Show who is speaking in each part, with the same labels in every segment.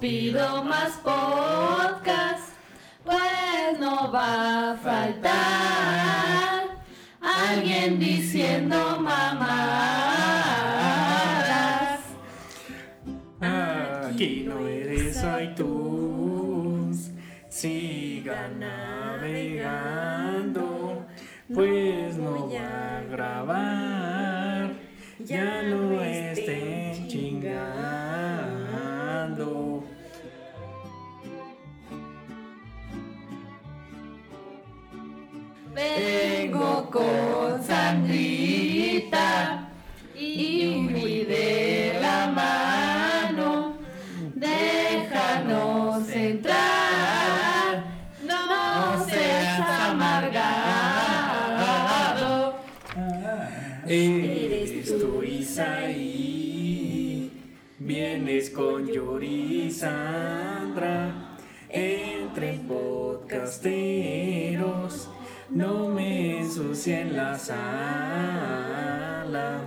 Speaker 1: pido más podcast, pues no va a faltar alguien diciendo mamadas.
Speaker 2: Aquí no eres iTunes, siga navegando, pues no va a grabar, ya no estén chingando.
Speaker 1: Vengo con Sandrita y fui de la mano. Déjanos entrar, no seas amargado.
Speaker 2: Eres tú Isaí, vienes con Yuri y Sandra, entre podcasteros, no me ensucien la sala.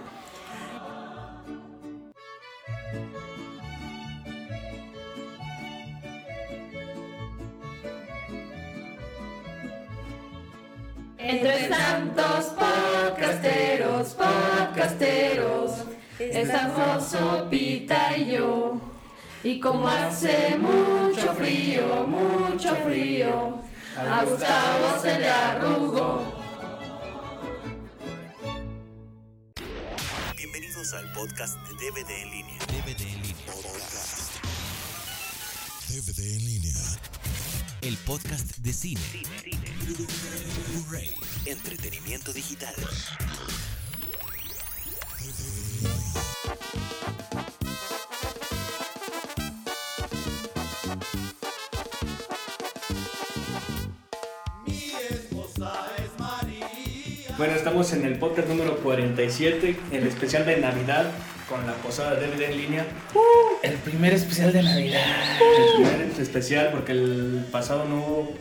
Speaker 1: Entre tantos podcasteros, podcasteros, estamos Sopita y yo. Y como hace mucho frío, mucho frío, a Gustavo se le arrugó.
Speaker 3: Bienvenidos al podcast de DVD en línea. DVD en línea. Podcast.
Speaker 4: DVD en línea.
Speaker 3: El podcast de cine. Blu-ray. Entretenimiento digital.
Speaker 2: Bueno, estamos en el podcast número 47, el especial de Navidad con la posada de DVD en línea.
Speaker 5: Uh, El primer especial de Navidad.
Speaker 2: El primer especial porque el pasado no hubo.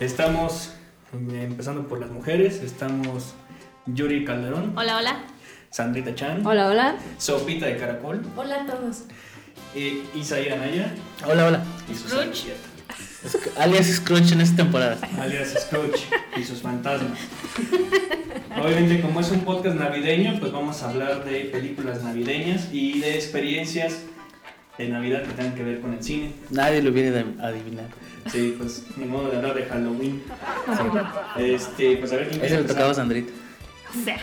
Speaker 2: Estamos eh, empezando por las mujeres. Estamos Yuri Calderón,
Speaker 1: Hola, hola.
Speaker 2: Sandrita Chan,
Speaker 1: Hola, hola.
Speaker 2: Sopita de Caracol,
Speaker 1: Hola a todos.
Speaker 2: eh, Isaí Anaya
Speaker 5: Hola, hola.
Speaker 2: y sus
Speaker 1: Scrooge.
Speaker 2: servilletas,
Speaker 5: Sc- Alias Scrooge en esta temporada.
Speaker 2: alias Scrooge y sus fantasmas. Obviamente, como es un podcast navideño, pues vamos a hablar de películas navideñas y de experiencias de Navidad que tengan que ver con el cine.
Speaker 5: Nadie lo viene a adivinar.
Speaker 2: Sí, pues ni modo de hablar de Halloween. Este, pues a ver quién
Speaker 5: Ese
Speaker 2: quiere
Speaker 5: le tocaba a
Speaker 2: empezar.
Speaker 5: Sandrita.
Speaker 6: O sea,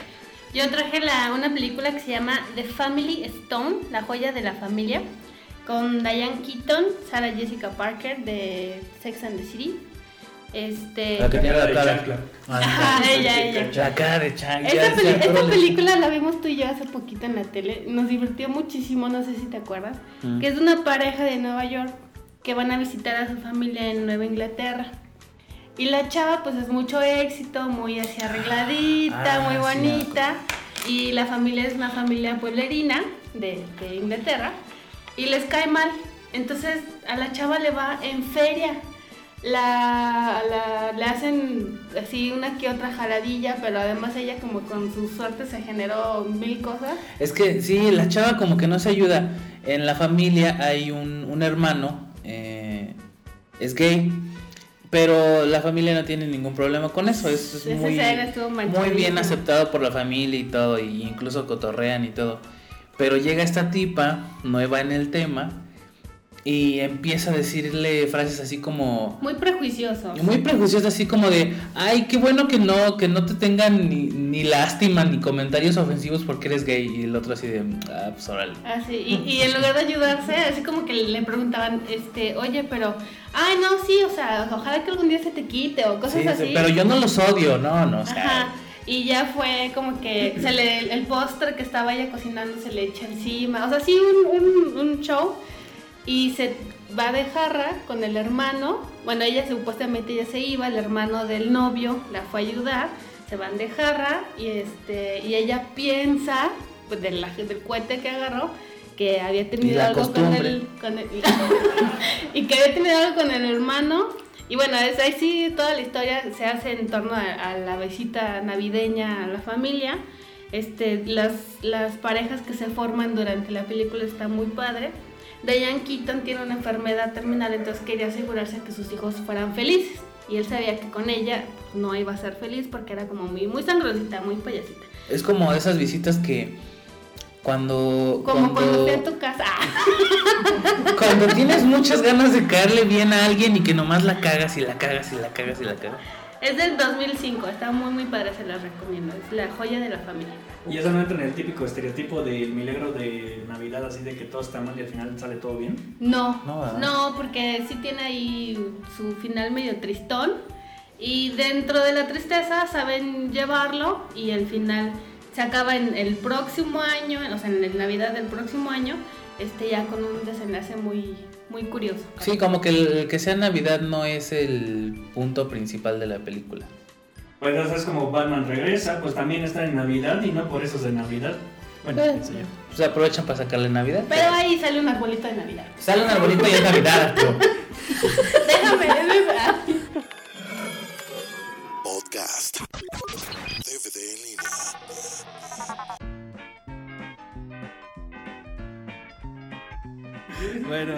Speaker 6: yo traje la, una película que se llama The Family Stone, la joya de la familia, con Diane Keaton, Sarah Jessica Parker de Sex and the City. Este.
Speaker 5: La que tiene
Speaker 2: cara
Speaker 5: la
Speaker 2: de
Speaker 5: cara.
Speaker 2: chancla.
Speaker 5: Ah,
Speaker 6: Ajá, ella, ella.
Speaker 5: La cara de Chang.
Speaker 6: Esta, peli- esta película la vimos tú y yo hace poquito en la tele. Nos divirtió muchísimo, no sé si te acuerdas.
Speaker 5: Mm.
Speaker 6: Que es de una pareja de Nueva York que van a visitar a su familia en Nueva Inglaterra. Y la chava, pues es mucho éxito, muy así arregladita,
Speaker 5: Ah,
Speaker 6: muy
Speaker 5: sí,
Speaker 6: bonita. y la familia es una familia pueblerina de, de Inglaterra. Y les cae mal. Entonces a la chava le va en feria la, la- le hacen así una que otra jaladilla, pero además ella como con su suerte se generó mil cosas.
Speaker 5: Es que sí, la chava como que no se ayuda. En la familia hay un, un hermano, eh, es gay, pero la familia no tiene ningún problema con eso. Es, es
Speaker 6: Ese
Speaker 5: muy,
Speaker 6: ser estuvo
Speaker 5: muy
Speaker 6: manchadísimo.
Speaker 5: bien aceptado por la familia y todo, y incluso cotorrean y todo. Pero llega esta tipa, nueva en el tema, y empieza a decirle frases así como...
Speaker 6: Muy prejuicioso.
Speaker 5: Muy prejuiciosa, así como de, ay, qué bueno que no, que no te tengan ni, ni lástima ni comentarios ofensivos porque eres gay. Y el otro así de, ah, pues órale.
Speaker 6: Así, y, y en lugar de ayudarse, así como que le preguntaban, este, oye, pero, ay, no, sí, o sea, ojalá que algún día se te quite o cosas
Speaker 5: Sí,
Speaker 6: así.
Speaker 5: sí, pero yo no los odio, no, no, o sea.
Speaker 6: Ajá. Y ya fue como que se le- el, postre que estaba ella cocinando se le echa encima. O sea, sí, un, un- un show. Y se va de jarra con el hermano. Bueno, ella supuestamente ya se iba, el hermano del novio la fue a ayudar. Se van de jarra y, este, y ella piensa, pues del, del cohete que agarró, que había
Speaker 5: Y
Speaker 6: tenido
Speaker 5: la
Speaker 6: algo con
Speaker 5: costumbre.
Speaker 6: el, con el- y que había tenido algo con el hermano y bueno, es ahí sí toda la historia se hace en torno a, a la visita navideña a la familia. Este, las, las parejas que se forman durante la película está muy padre. Diane Keaton tiene una enfermedad terminal, entonces quería asegurarse que sus hijos fueran felices. Y él sabía que con ella no iba a ser feliz porque era como muy, muy sangroncita, muy payasita.
Speaker 5: Es como esas visitas que cuando
Speaker 6: Como cuando
Speaker 5: cuando,
Speaker 6: fui a tu casa.
Speaker 5: cuando tienes muchas ganas de caerle bien a alguien y que nomás la cagas y la cagas y la cagas y la cagas.
Speaker 6: Es del 2005, está muy, muy padre, se las recomiendo. Es la joya de la familia.
Speaker 2: Y eso no entra en el típico estereotipo del milagro de Navidad, así de que todo está mal y al final sale todo bien.
Speaker 6: No,
Speaker 5: No,
Speaker 6: no,
Speaker 5: ¿verdad?
Speaker 6: porque sí tiene ahí su final medio tristón y dentro de la tristeza saben llevarlo y el final se acaba en el próximo año, en- o sea, en el Navidad del próximo año, este ya con un desenlace muy, muy curioso.
Speaker 5: Sí, como que el que sea Navidad no es el punto principal de la película.
Speaker 2: Pues eso es como Batman regresa, pues también está en Navidad y no por eso es de Navidad. Bueno,
Speaker 5: Eh.
Speaker 2: qué sé yo.
Speaker 5: Pues aprovechan para sacarle Navidad.
Speaker 6: Pero ahí sale un arbolito de Navidad.
Speaker 5: Sale un arbolito y es Navidad, Arturo.
Speaker 6: Déjame, déjame.
Speaker 4: Podcast. DVD en línea.
Speaker 2: Bueno,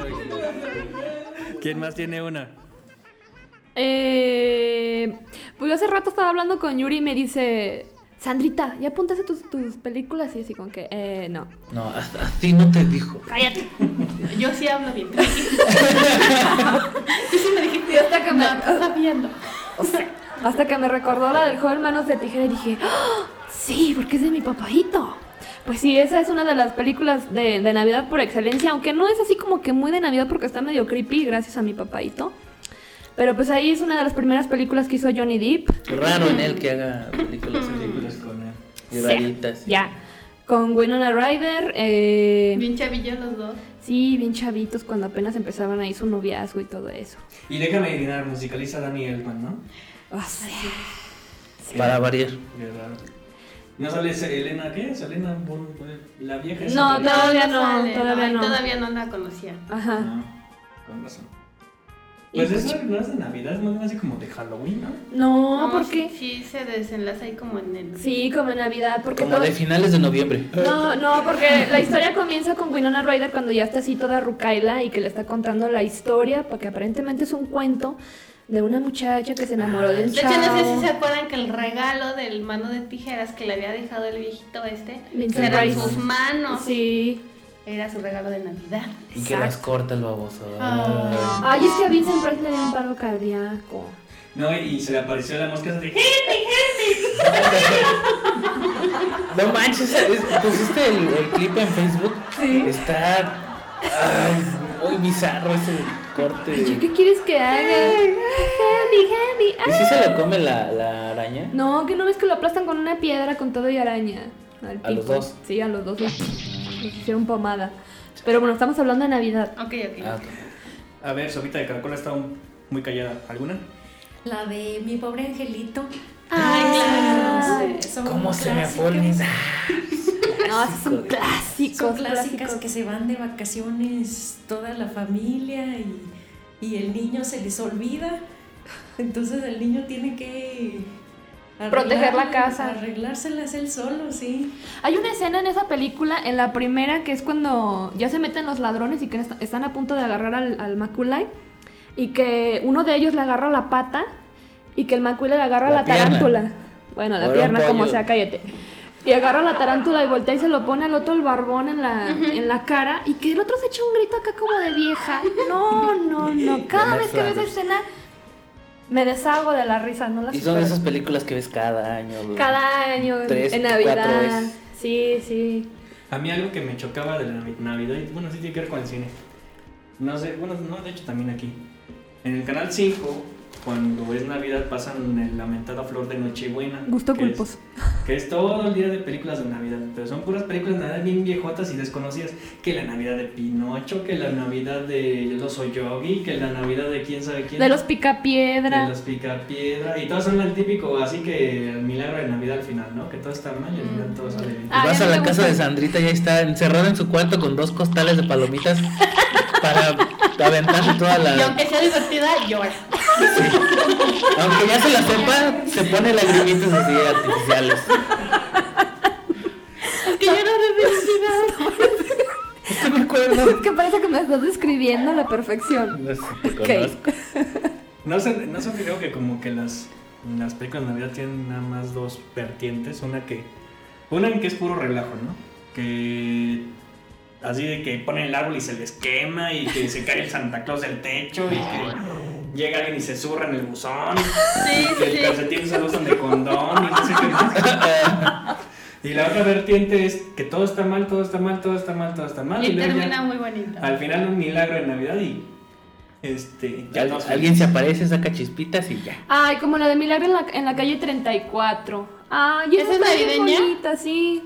Speaker 2: ¿quién más tiene una?
Speaker 1: Eh, pues yo hace rato estaba hablando con Yuri y me dice, Sandrita, ya apuntaste tus, tus películas y así con que, eh, no.
Speaker 5: No, a, a ti no te dijo.
Speaker 6: Cállate. Yo sí hablo bien. Tú sí me dijiste, ya está cambiando. No, está viendo.
Speaker 1: O sea, hasta que me recordó la del joven manos de tijera y dije, "¡Ah! sí, porque es de mi papadito. Pues sí, esa es una de las películas de, de Navidad por excelencia, aunque no es así como que muy de Navidad porque está medio creepy gracias a mi papadito. Pero pues ahí es una de las primeras películas que hizo Johnny Depp.
Speaker 5: Raro en él que haga películas
Speaker 6: Mm.
Speaker 2: Películas Pues con él.
Speaker 5: y raritas.
Speaker 1: Ya. Con Winona Ryder. eh,
Speaker 6: Bien chavillos los dos.
Speaker 1: sí, bien chavitos cuando apenas empezaban ahí su noviazgo y todo eso.
Speaker 2: Y déjame adivinar, musicaliza Danny Elfman, ¿no?
Speaker 1: O sea,
Speaker 5: Para variar.
Speaker 2: Qué raro. ¿No sale ese- Elena qué? ¿Selena? Bon- ¿La vieja? esa
Speaker 1: No,
Speaker 2: que-
Speaker 1: no. Todavía
Speaker 6: sale,
Speaker 1: todavía
Speaker 6: ay,
Speaker 1: no.
Speaker 6: Todavía no la conocía.
Speaker 1: ajá.
Speaker 2: Ah, con razón. Pues
Speaker 1: Y-
Speaker 2: eso no es de Navidad, es más bien así como de Halloween, ¿no?
Speaker 1: No,
Speaker 6: sí,
Speaker 1: porque.
Speaker 6: sí se desenlaza ahí como en el.
Speaker 1: Sí, como en Navidad, porque
Speaker 5: Como
Speaker 1: todo-
Speaker 5: de finales de noviembre.
Speaker 1: No, no, porque la historia comienza con Winona Ryder cuando ya está así toda rucaila y que le está contando la historia, porque aparentemente es un cuento de una muchacha que se enamoró de
Speaker 6: De
Speaker 1: un
Speaker 6: hecho,
Speaker 1: chavo.
Speaker 6: no sé si se acuerdan que el regalo del mano de tijeras que le había dejado el viejito este
Speaker 1: Vincent
Speaker 6: eran
Speaker 1: Price.
Speaker 6: sus manos.
Speaker 1: Sí.
Speaker 6: Era su regalo de Navidad.
Speaker 5: Y que las corta el baboso.
Speaker 6: Ah.
Speaker 1: Ay, es que a Vincent Price le dio un paro cardíaco.
Speaker 2: No, y se le apareció la mosca de...
Speaker 5: No manches, es- pusiste el, el clip en Facebook.
Speaker 1: Sí.
Speaker 5: Está ay, muy bizarro ese corte.
Speaker 1: Yo, ¿qué quieres que haga? Heavy, heavy.
Speaker 5: ¿Y si se lo come la, la araña?
Speaker 1: No, que no ves que lo aplastan con una piedra con todo y araña. Al
Speaker 5: ¿A los
Speaker 1: tipo.
Speaker 5: dos?
Speaker 1: Sí, a los dos. Los los hicieron pomada. Pero bueno, estamos hablando de Navidad.
Speaker 6: Ok, ok.
Speaker 5: Ah, ok.
Speaker 2: A ver, Sopita de Caracol está un- muy callada. ¿Alguna?
Speaker 7: La de mi pobre angelito.
Speaker 6: Ay,
Speaker 1: claro.
Speaker 7: Son
Speaker 5: ¿Cómo se me
Speaker 7: clásicas.
Speaker 5: fue a olvidar?
Speaker 1: No, esos son clásicos.
Speaker 7: Son clásicas
Speaker 1: clásicos.
Speaker 7: que se van de vacaciones toda la familia y, y el niño se les olvida. Entonces el niño tiene que
Speaker 1: Proteger la
Speaker 7: arreglar-
Speaker 1: casa.
Speaker 7: Arreglárselas él solo, sí.
Speaker 1: Hay una escena en esa película, en la primera, que es cuando ya se meten los ladrones y que est- están a punto de agarrar al, al Maculay. Y que uno de ellos le agarra la pata y que el Maculay le agarra
Speaker 5: La
Speaker 1: la,
Speaker 5: pierna.
Speaker 1: tarántula. Bueno, la
Speaker 5: Era un
Speaker 1: pierna, como
Speaker 5: pollo.
Speaker 1: sea, cállate. Y agarra la tarántula y voltea y se lo pone al otro el barbón en la, en la cara. Y que el otro se echa un grito acá como de vieja. No, no, no. Cada
Speaker 5: Max
Speaker 1: vez que veo esa
Speaker 5: Landis.
Speaker 1: escena, me deshago de la risa. No la
Speaker 5: Y son de
Speaker 1: supero.
Speaker 5: esas películas que ves cada año. güey.
Speaker 1: Cada año, en-
Speaker 5: Tres,
Speaker 1: en
Speaker 5: cuatro
Speaker 1: Navidad.
Speaker 5: veces.
Speaker 1: Sí, sí.
Speaker 2: A mí algo que me chocaba de la Navi- Navidad, y bueno, sí tiene que ver con el cine. No sé, bueno, no, de hecho también aquí. En el Canal 5, cuando es Navidad, pasan el lamentado Flor de Nochebuena.
Speaker 1: Gusto
Speaker 2: que es-
Speaker 1: culposo.
Speaker 2: que es todo el día de películas de Navidad, pero son puras películas de Navidad bien viejotas y desconocidas. Que la Navidad de Pinocho, que la Navidad de los Yogi, que la Navidad de quién sabe quién.
Speaker 1: De los picapiedra.
Speaker 2: De los picapiedra. Y todas son el típico, así que el milagro de Navidad al final, ¿no? Que todo está mal y al final todo sale bien.
Speaker 1: Ah.
Speaker 5: Y vas
Speaker 1: Ay,
Speaker 5: a
Speaker 1: a mí
Speaker 5: la
Speaker 1: me
Speaker 5: casa
Speaker 1: gusta.
Speaker 5: de Sandrita y ahí está encerrada en su cuarto con dos costales de palomitas para aventarse toda
Speaker 6: Y
Speaker 5: la...
Speaker 6: aunque sea divertida, llora.
Speaker 5: Aunque ya se la sepa, se pone lagrimitas así artificiales.
Speaker 6: Es que llora de felicidad.
Speaker 5: Este me recuerdo.
Speaker 1: Es que parece que me estás describiendo a la perfección.
Speaker 5: No sé, te
Speaker 1: Ok.
Speaker 5: conozco.
Speaker 2: ¿No se, no se han fijado que como que las, las películas de Navidad tienen nada más dos vertientes? Una que una en que es puro relajo, ¿no? Que así de que ponen el árbol y se les quema y que se cae el Santa Claus del techo y que llega alguien y se zurra en el buzón.
Speaker 6: Sí,
Speaker 2: que el
Speaker 6: sí, sí.
Speaker 2: calcetín se lo usan de condón y no sé qué más. Y la otra vertiente es que todo está mal, todo está mal, todo está mal, todo está
Speaker 5: Ah,
Speaker 2: mal.
Speaker 6: Y
Speaker 2: luego ya-
Speaker 6: termina muy bonito.
Speaker 2: al final un milagro de Navidad y este ya
Speaker 5: Al-
Speaker 2: todos
Speaker 5: alguien se aparece, saca chispitas y ya.
Speaker 1: Ay, como la de Milagro en la, en la calle 34. Ay,
Speaker 6: ¿Esa
Speaker 1: esa
Speaker 6: es
Speaker 1: es
Speaker 6: navideña?
Speaker 1: navideña. Bonita, sí.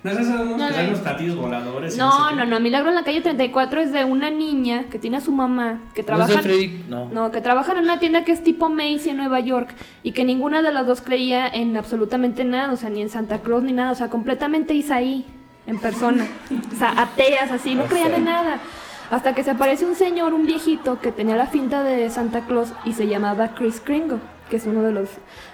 Speaker 2: No es eso, no,
Speaker 6: No,
Speaker 2: que
Speaker 6: no.
Speaker 2: salen los platillos voladores. y
Speaker 1: No,
Speaker 2: sé
Speaker 1: no,
Speaker 2: qué.
Speaker 1: no. Milagro en la calle 34 es de una niña que tiene a su mamá que
Speaker 5: No,
Speaker 1: trabaja.
Speaker 5: es de Freddy- no.
Speaker 1: No, que trabajan en una tienda que es tipo Macy en Nueva York y que ninguna de las dos creía en absolutamente nada, o sea, ni en Santa Claus ni nada, o sea, completamente Isaí en persona. O sea, ateas así, no creían en nada. Hasta que se aparece un señor, un viejito, que tenía la finta de Santa Claus y se llamaba Chris Kringle, que es uno de los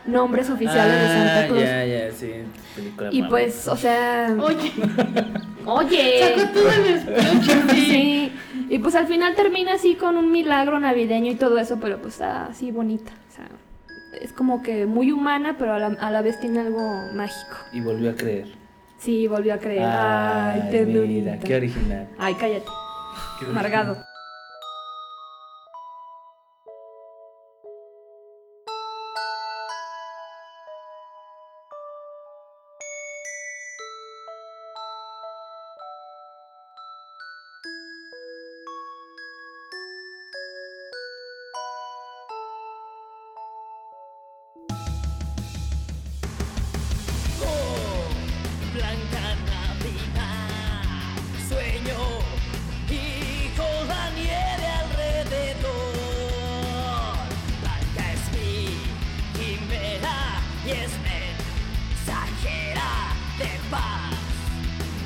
Speaker 1: nombres oficiales de Santa
Speaker 5: Ah,
Speaker 1: Claus.
Speaker 5: Ya, ya, sí. película
Speaker 1: Y
Speaker 5: mala.
Speaker 1: pues, o sea,
Speaker 6: Oye,
Speaker 1: oye.
Speaker 6: sacó todo el estuche, sí.
Speaker 1: Sí. Y pues al final termina así con un milagro navideño y todo eso, pero pues está así bonita. O sea, es como que muy humana, pero a la, a la vez tiene algo mágico.
Speaker 5: Y volvió a creer.
Speaker 1: Sí, volvió a creer. Ay,
Speaker 5: Ay,
Speaker 1: qué
Speaker 5: mira,
Speaker 1: bonita.
Speaker 5: qué original.
Speaker 1: Ay, cállate.
Speaker 2: Qué
Speaker 1: Amargado.
Speaker 8: Blanca Navidad, sueño y con la nieve alrededor. Blanca es mi quimera y es mensajera de paz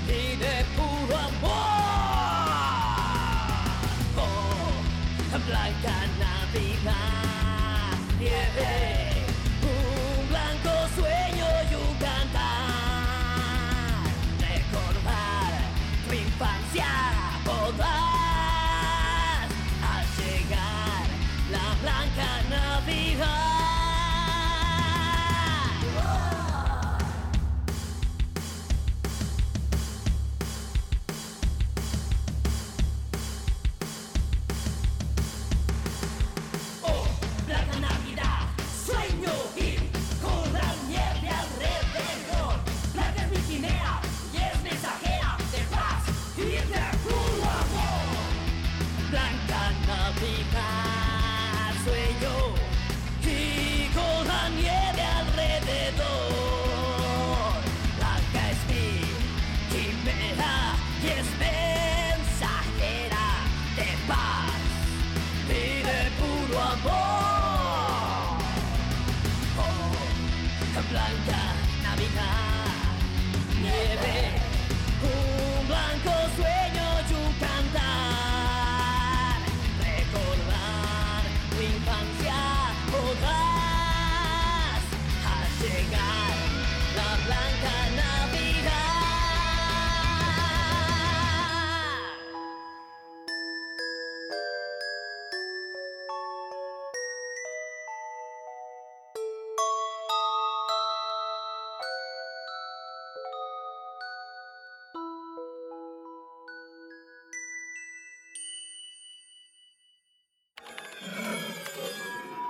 Speaker 8: y de puro amor. Oh, blanca Navidad, nieve, un blanco sueño y un cantar. Recordar tu infancia podrás al llegar la blanca Navidad. Blanca Navidad, sueño ir con la nieve alrededor. Blanca es mi quimera y es mensajera de paz y de puro amor. Blanca Navidad, sueño y con la nieve alrededor. Blanca es mi quimera y es mensajera de paz y de puro amor. Oh, blanca Navidad, nieve, un blanco sueño y un cantar. Recordar tu infancia podrás al llegar la blanca Navidad.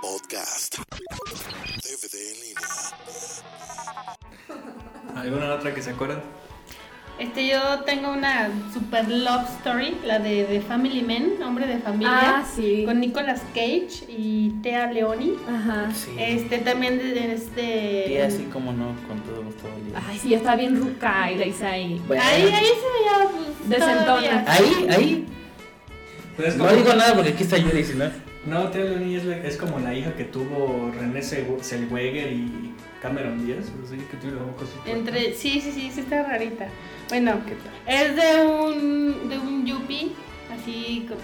Speaker 4: Podcast. DVD en línea.
Speaker 2: ¿Alguna otra que se acuerdan?
Speaker 6: Este, yo tengo una super love story, la de, de Family Men, hombre de familia,
Speaker 1: Ah, sí.
Speaker 6: con Nicolas Cage y Thea Leoni.
Speaker 1: Ajá.
Speaker 5: Sí.
Speaker 6: Este, también de, de este...
Speaker 5: Y así como no, con todo gusto. Olivia.
Speaker 1: Ay, sí, está bien ruca y la Isaí.
Speaker 5: Bueno.
Speaker 6: Ahí, ahí se veía pues,
Speaker 1: Desentona.
Speaker 6: todavía.
Speaker 5: Ahí, ahí.
Speaker 2: Pues es
Speaker 5: No
Speaker 2: como-
Speaker 5: digo nada porque aquí está Yuri, si no.
Speaker 2: No, Tía Leoni es, la- es como la hija que tuvo René Sel- Zellweger y Cameron Díaz. No sé que tiene los ojos súper-
Speaker 6: Entre, sí, sí, sí, sí está rarita. Bueno, es de un, de un yuppie, así co-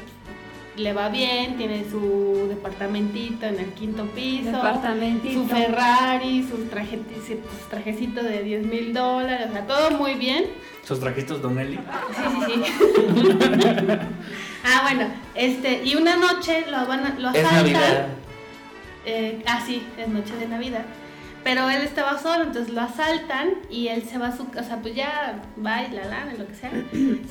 Speaker 6: le va bien, tiene su departamentito en el quinto piso,
Speaker 1: Departamentito.
Speaker 6: su Ferrari, sus trajeti- sus trajecitos de 10 mil dólares, o sea, todo muy bien.
Speaker 2: Sus trajitos Donelli.
Speaker 6: Sí, sí, sí. Ah, bueno, este, y una noche lo, van a- lo
Speaker 5: Es
Speaker 6: asaltan.
Speaker 5: Navidad.
Speaker 6: Eh, ah, sí, es noche de Navidad. Pero él estaba solo, entonces lo asaltan y él se va a su casa, o sea, pues ya va y la lana, lo que sea.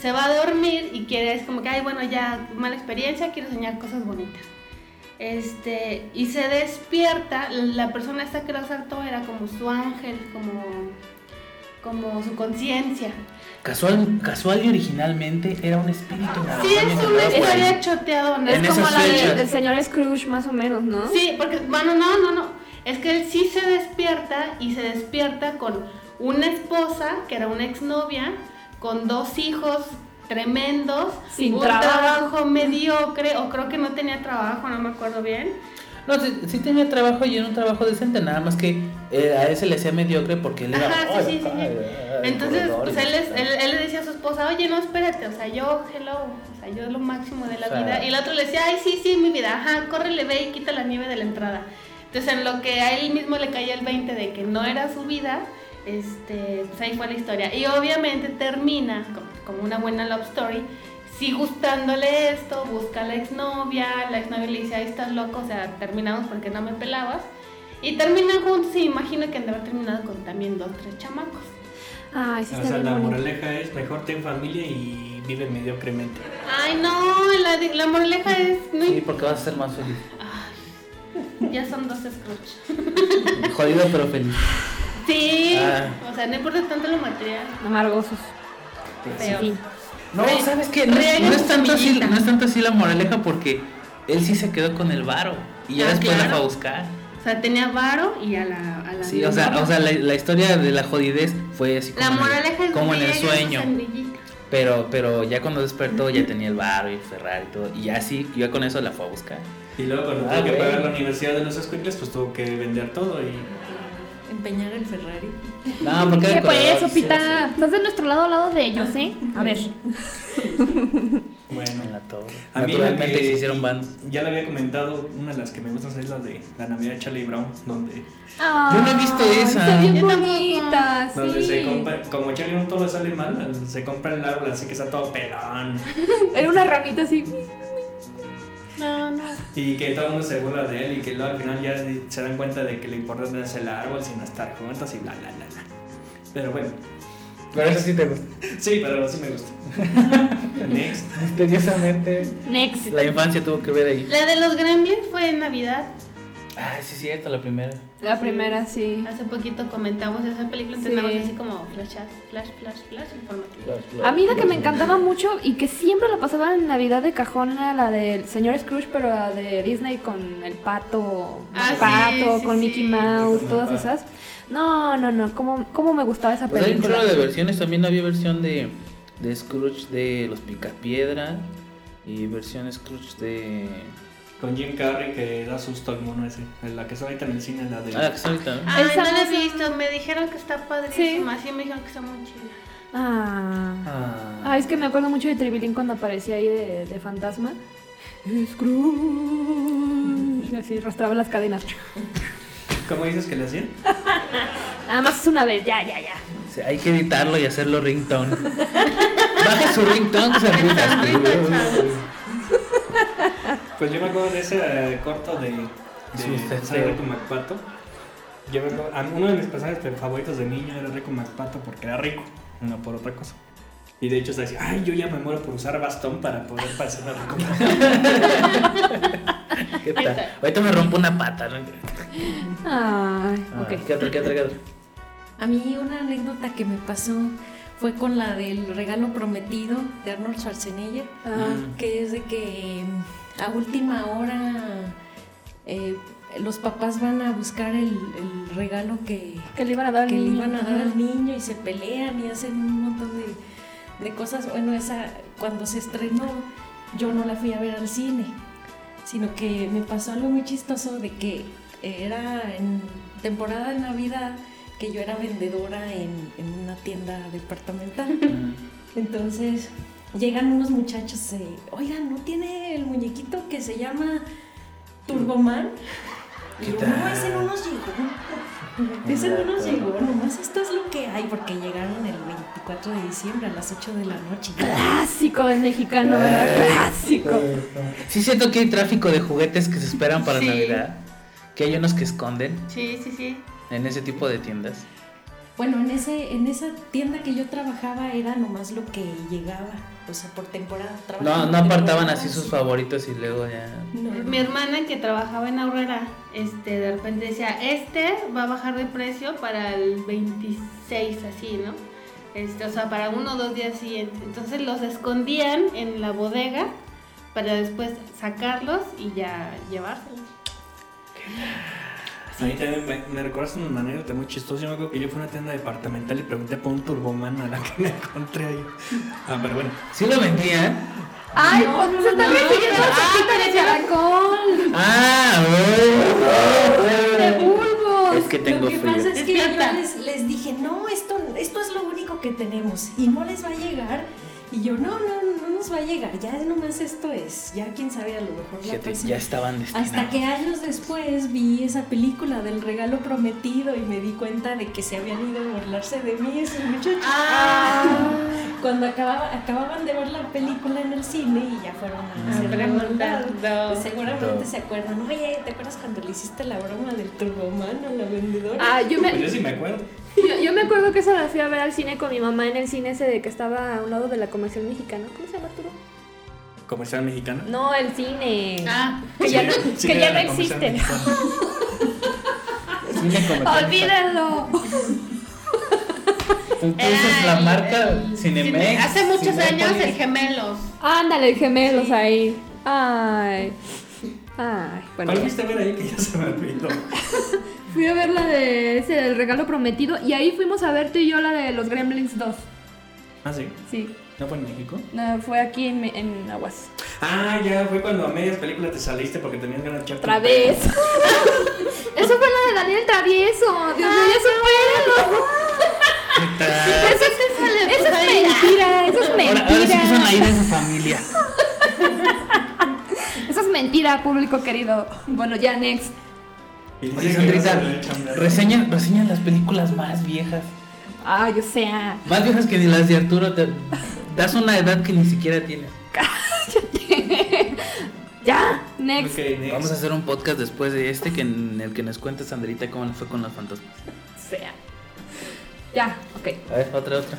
Speaker 6: Se va a dormir y quiere, es como que, ay, bueno, ya mala experiencia, quiero soñar cosas bonitas. Este, y se despierta, la persona esta que lo asaltó era como su ángel, como, como su conciencia.
Speaker 5: Casual, casual y originalmente era un espíritu.
Speaker 6: Sí, es
Speaker 5: navideño
Speaker 6: una
Speaker 5: que andaba por ahí.
Speaker 6: historia choteadona.
Speaker 5: En
Speaker 1: Es como
Speaker 5: esas
Speaker 1: la de-
Speaker 5: fechas.
Speaker 1: del señor Scrooge, más o menos, ¿no?
Speaker 6: Sí, porque, bueno, no, no, no. Es que él sí se despierta y se despierta con una esposa, que era una exnovia, con dos hijos tremendos,
Speaker 1: Sin
Speaker 6: un
Speaker 1: trabajo.
Speaker 6: mediocre, o creo que no tenía trabajo, no me acuerdo bien.
Speaker 5: No, sí, sí tenía trabajo y era un trabajo decente, nada más que eh, a ese le hacía mediocre porque él era.
Speaker 6: Ajá,
Speaker 5: "Ay,
Speaker 6: sí, sí, sí.
Speaker 5: ay,
Speaker 6: sí.
Speaker 5: ay,
Speaker 6: Entonces,
Speaker 5: corredor",
Speaker 6: pues
Speaker 5: y-
Speaker 6: él, es- él, él le decía a su esposa, oye, no, espérate, o sea, yo, hello, o sea, yo lo máximo de la
Speaker 5: O sea-
Speaker 6: vida. Y el otro le decía, ay, sí, sí, mi vida, ajá, córrele, ve y quita la nieve de la entrada. Entonces, en lo que a él mismo le caía el 20 de que no era su vida, este, pues ahí fue la historia. Y obviamente termina, como, como una buena love story, sí gustándole esto, busca a la exnovia, la exnovia le dice, ay, estás loco, o sea, terminamos porque no me pelabas. Y terminan juntos y imagino que han de haber terminado con también dos, tres chamacos.
Speaker 1: Ay, sí
Speaker 2: Ah,
Speaker 1: está
Speaker 2: O sea,
Speaker 1: bien
Speaker 2: la
Speaker 1: bonito.
Speaker 2: moraleja es mejor ten familia y vive mediocremente.
Speaker 6: Ay, no, la, de- la moraleja es... No,
Speaker 5: Sí, porque vas a ser más feliz.
Speaker 6: Ya son dos Scrooge.
Speaker 5: Jodido pero feliz.
Speaker 6: Sí,
Speaker 5: Ah.
Speaker 6: o sea, no importa tanto lo material.
Speaker 1: Amargosos.
Speaker 6: Feo.
Speaker 1: Sí.
Speaker 5: No,
Speaker 6: Re-
Speaker 5: ¿sabes qué? No,
Speaker 6: riega
Speaker 5: no
Speaker 6: su
Speaker 5: es tanto así,
Speaker 6: semillita.
Speaker 5: no es tanto así la moraleja porque él sí se quedó con el varo y ya
Speaker 6: Ah,
Speaker 5: después la
Speaker 6: claro.
Speaker 5: fue a buscar.
Speaker 6: O sea, tenía varo y a la... A la
Speaker 5: Sí, o sea, o sea la, la historia de la jodidez fue así como,
Speaker 6: la
Speaker 5: en el-
Speaker 6: moraleja es
Speaker 5: como en el
Speaker 6: riega su
Speaker 5: sueño.
Speaker 6: semillita.
Speaker 5: Pero, pero ya cuando despertó ya tenía el varo y el Ferrari y todo. Y así, yo con eso la fue a buscar.
Speaker 2: Y luego cuando
Speaker 5: Ah,
Speaker 2: tuvo que
Speaker 5: güey.
Speaker 2: pagar la universidad de los escuelas, pues tuvo que vender todo y
Speaker 7: Empeñar el Ferrari.
Speaker 5: No, porque era
Speaker 1: ¿Qué
Speaker 5: el corredor,
Speaker 1: eso,
Speaker 5: sí,
Speaker 1: Pita? "Pues, Estás de nuestro lado al lado de ellos, ¿eh? A ver.
Speaker 5: sí,
Speaker 2: bueno.
Speaker 5: En la torre.
Speaker 2: A mí la
Speaker 5: Naturalmente
Speaker 2: que-
Speaker 5: se hicieron bandos.
Speaker 2: Ya le había comentado, una de las que me gustan es la de la Navidad de Charlie Brown, donde,
Speaker 5: Yo no he visto
Speaker 1: Ay,
Speaker 5: esa.
Speaker 1: Está bien
Speaker 6: Yo tampoco.
Speaker 1: bonita,
Speaker 2: donde se
Speaker 1: sí.
Speaker 2: compra, como Charlie Brown todo le sale mal, se compra el árbol así que está todo pelón
Speaker 1: Era una ramita así.
Speaker 6: No, no.
Speaker 2: y que todo el mundo se burla de él y que luego al final ya se dan cuenta de que lo importante es el árbol sino estar juntos y bla bla bla. bla. Pero bueno,
Speaker 5: Pero eso sí te gusta.
Speaker 2: sí, pero sí me gusta. Next.
Speaker 5: Misteriosamente.
Speaker 1: Next.
Speaker 5: La infancia tuvo que ver ahí.
Speaker 6: La de los Gremlins fue en Navidad.
Speaker 5: Ah, sí, es cierto, la primera.
Speaker 1: La primera, sí.
Speaker 6: Hace poquito comentamos esa película,
Speaker 1: Sí.
Speaker 6: entonces nada más así como flashas, flash, flash, flash informativo.
Speaker 1: A mí la que me encantaba mucho y que siempre la pasaba en Navidad de cajón era la del señor Scrooge, pero la de Disney con el pato,
Speaker 6: Ah,
Speaker 1: el
Speaker 6: sí,
Speaker 1: pato,
Speaker 6: sí,
Speaker 1: con
Speaker 6: sí.
Speaker 1: Mickey Mouse,
Speaker 2: Con el
Speaker 1: todas
Speaker 2: pato.
Speaker 1: esas. No, no, no, cómo, cómo me gustaba esa
Speaker 5: Pues hay un
Speaker 1: película.
Speaker 5: chorro de versiones, también había versión de, de Scrooge de los Picapiedra y versión Scrooge de...
Speaker 2: Con Jim Carrey que da susto al mono ese, la que está ahorita en el cine, la de...
Speaker 5: Ah, la que está ahorita, ¿no?
Speaker 6: Ay,
Speaker 1: Esa
Speaker 6: no la he
Speaker 1: no sé.
Speaker 6: visto, me dijeron que está padrísima, sí, me dijeron que está muy chida.
Speaker 1: Ah.
Speaker 5: Ah,
Speaker 1: Ah, es que me acuerdo mucho de Tribilín cuando aparecía ahí de, de fantasma. Scrooge. y Así arrastraba las cadenas.
Speaker 2: ¿Cómo dices que le hacían?
Speaker 1: Nada más es una vez, ya, ya, ya.
Speaker 5: sí, hay que editarlo y hacerlo ringtone. Baja su ringtone, Sabrina Scrooge.
Speaker 2: Pues yo me acuerdo de ese eh, corto de,
Speaker 5: Sí, está
Speaker 2: de
Speaker 5: feo.
Speaker 2: Rico McPato. Yo me acuerdo- a mí- uno de mis personajes favoritos de niño era Rico McPato porque era rico, no por otra cosa. Y de hecho se decía, ay, yo ya me muero por usar bastón para poder pasar a Rico McPato".
Speaker 5: ¿Qué tal? Ahorita me rompo una pata. ¿no?
Speaker 1: Ay,
Speaker 5: Ah,
Speaker 1: ok.
Speaker 5: ¿Qué otra, qué otra, qué otra?
Speaker 7: A mí una anécdota que me pasó fue con la del regalo prometido de Arnold Schwarzenegger,
Speaker 1: Ah.
Speaker 7: que es de que mm, a última hora eh, los papás van a buscar el, el regalo que,
Speaker 1: Que le iban a dar al
Speaker 7: que le
Speaker 1: niño.
Speaker 7: iban a dar
Speaker 1: Ajá.
Speaker 7: al niño y se pelean y hacen un montón de, de cosas. Bueno, esa cuando se estrenó yo no la fui a ver al cine, sino que me pasó algo muy chistoso de que era en temporada de Navidad que yo era vendedora en, en una tienda departamental. Entonces llegan unos muchachos, eh, oigan, ¿no tiene el muñequito que se llama Turboman? Digo, no, ese no nos llegó. Ese no nos llegó, nomás esto es lo que hay, porque llegaron el 24 de diciembre a las 8 de la noche.
Speaker 1: Clásico del mexicano, ¿verdad? Clásico.
Speaker 5: Sí siento que hay tráfico de juguetes que se esperan para
Speaker 6: Sí.
Speaker 5: Navidad. Que hay unos que esconden
Speaker 6: Sí, sí, sí.
Speaker 5: en ese tipo de tiendas.
Speaker 7: Bueno, en, ese, en esa tienda que yo trabajaba era nomás lo que llegaba, o sea, por temporada.
Speaker 5: No,
Speaker 7: trabajaban
Speaker 5: no
Speaker 7: por
Speaker 5: apartaban
Speaker 7: temporada,
Speaker 5: así sus
Speaker 7: sí.
Speaker 5: favoritos y luego ya.
Speaker 7: No, no.
Speaker 6: Mi hermana que trabajaba en Aurrera, este, de repente decía, este va a bajar de precio para el 26, así, ¿no? Este, o sea, para uno o dos días siguientes. Entonces los escondían en la bodega para después sacarlos y ya llevárselos.
Speaker 2: A mí también me, me recuerdas una anécdota muy chistosa. Yo me acuerdo que yo fui a una tienda departamental y pregunté por un turboman a la que me encontré ahí. Ah, pero bueno.
Speaker 5: Sí lo vendían.
Speaker 1: Ay, pues, se está refiriendo a chiquita de caracol.
Speaker 5: Ah, oh,
Speaker 1: De
Speaker 5: bueno.
Speaker 1: bulbos.
Speaker 5: es que tengo
Speaker 7: lo que pasa
Speaker 5: frío.
Speaker 7: es que yo
Speaker 6: Despierta.
Speaker 7: les, les dije, no, esto, esto es lo único que tenemos y no les va a llegar. Y yo, no, no, no nos va a llegar, ya nomás esto es, ya quién sabe, a lo mejor la
Speaker 5: Fíjate,
Speaker 7: próxima.
Speaker 5: ya estaban destinados.
Speaker 7: pues, Hasta que años después vi esa película del regalo prometido y me di cuenta de que se habían ido a burlarse de mí esos muchachos.
Speaker 6: Ah.
Speaker 5: Ah.
Speaker 7: Cuando acababa, acababan de ver la película en el cine y ya fueron a hacer
Speaker 6: Ah,
Speaker 7: la maldad. Pues Seguramente se acuerdan. Oye, ¿te acuerdas cuando le hiciste la broma del turboman a la vendedora?
Speaker 1: Ah, yo
Speaker 2: Pues
Speaker 1: me,
Speaker 2: yo sí me acuerdo.
Speaker 1: yo, yo me acuerdo que esa la fui a ver al cine con mi mamá en el cine ese de que estaba a un lado de la comercial mexicana. ¿Cómo se llama Arturo?
Speaker 2: Comercial mexicano.
Speaker 1: No, el cine.
Speaker 6: Ah,
Speaker 1: que ya no,
Speaker 2: Sí,
Speaker 1: que ya no
Speaker 2: era comercial
Speaker 1: existe.
Speaker 2: mexicano.
Speaker 1: Ah, Olvídalo.
Speaker 5: Entonces la
Speaker 6: Ay,
Speaker 5: marca
Speaker 6: el- Cine-
Speaker 5: Cinemex.
Speaker 6: Hace muchos
Speaker 5: Cinépolis.
Speaker 6: años el gemelos.
Speaker 1: Ándale, gemelos
Speaker 6: Sí.
Speaker 1: ahí. Ay. Ay, bueno.
Speaker 2: ¿Cuál viste a ver ahí que ya se me olvidó?
Speaker 1: Fui a ver la de ese del regalo prometido y ahí fuimos a ver tú y yo la de los Gremlins 2.
Speaker 2: Ah, sí.
Speaker 1: Sí,
Speaker 2: ¿No fue en México?
Speaker 1: no, fue aquí en, en Aguas.
Speaker 2: Ah, ya fue cuando a medias películas te saliste porque tenías ganas de echarte un
Speaker 1: Través. Eso fue la de Daniel Travieso. Dios mío, ya supéralo.
Speaker 5: Ah.
Speaker 1: Eso es, eso es mentira, eso es
Speaker 5: Ahora, ahora sí que son ahí
Speaker 1: mentira.
Speaker 5: de su familia.
Speaker 1: Eso es mentira, público querido. Bueno, ya next.
Speaker 2: Y dice
Speaker 5: Oye,
Speaker 2: que
Speaker 5: Sandrita,
Speaker 2: no se le echan ganas.
Speaker 5: reseña, reseña las películas más viejas.
Speaker 1: Ay, o sea.
Speaker 5: Más viejas que ni las de Arturo. Te das una edad que ni siquiera tienes.
Speaker 1: ya, next.
Speaker 2: Ok, next.
Speaker 5: Vamos a hacer un podcast después de este que en el que nos cuentes, Sandrita, cómo le fue con los fantasmas.
Speaker 1: O sea. Ya, ok.
Speaker 5: A ver, otra, otra.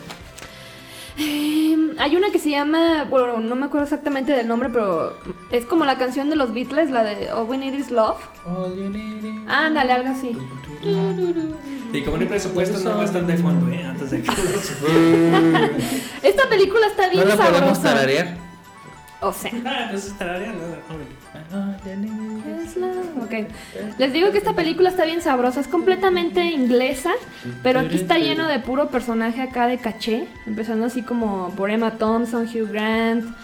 Speaker 1: Em, hay una que se llama, bueno, no me acuerdo exactamente del nombre, pero es como la canción de los Beatles, la de All We Need Is Love. Ándale, algo así.
Speaker 2: Y como no hay presupuesto, no va a estar de fondo, ¿eh? Antes de que.
Speaker 1: Esta película está
Speaker 5: No
Speaker 1: bien
Speaker 5: la podemos
Speaker 1: sabrosa. Oh,
Speaker 5: tararear.
Speaker 1: O sea.
Speaker 2: Ah, entonces estará bien, ¿no?
Speaker 1: es la- ok. Les digo que esta película está bien sabrosa, es completamente inglesa, pero aquí está lleno de puro personaje acá de caché, empezando así como por Emma Thompson, Hugh Grant,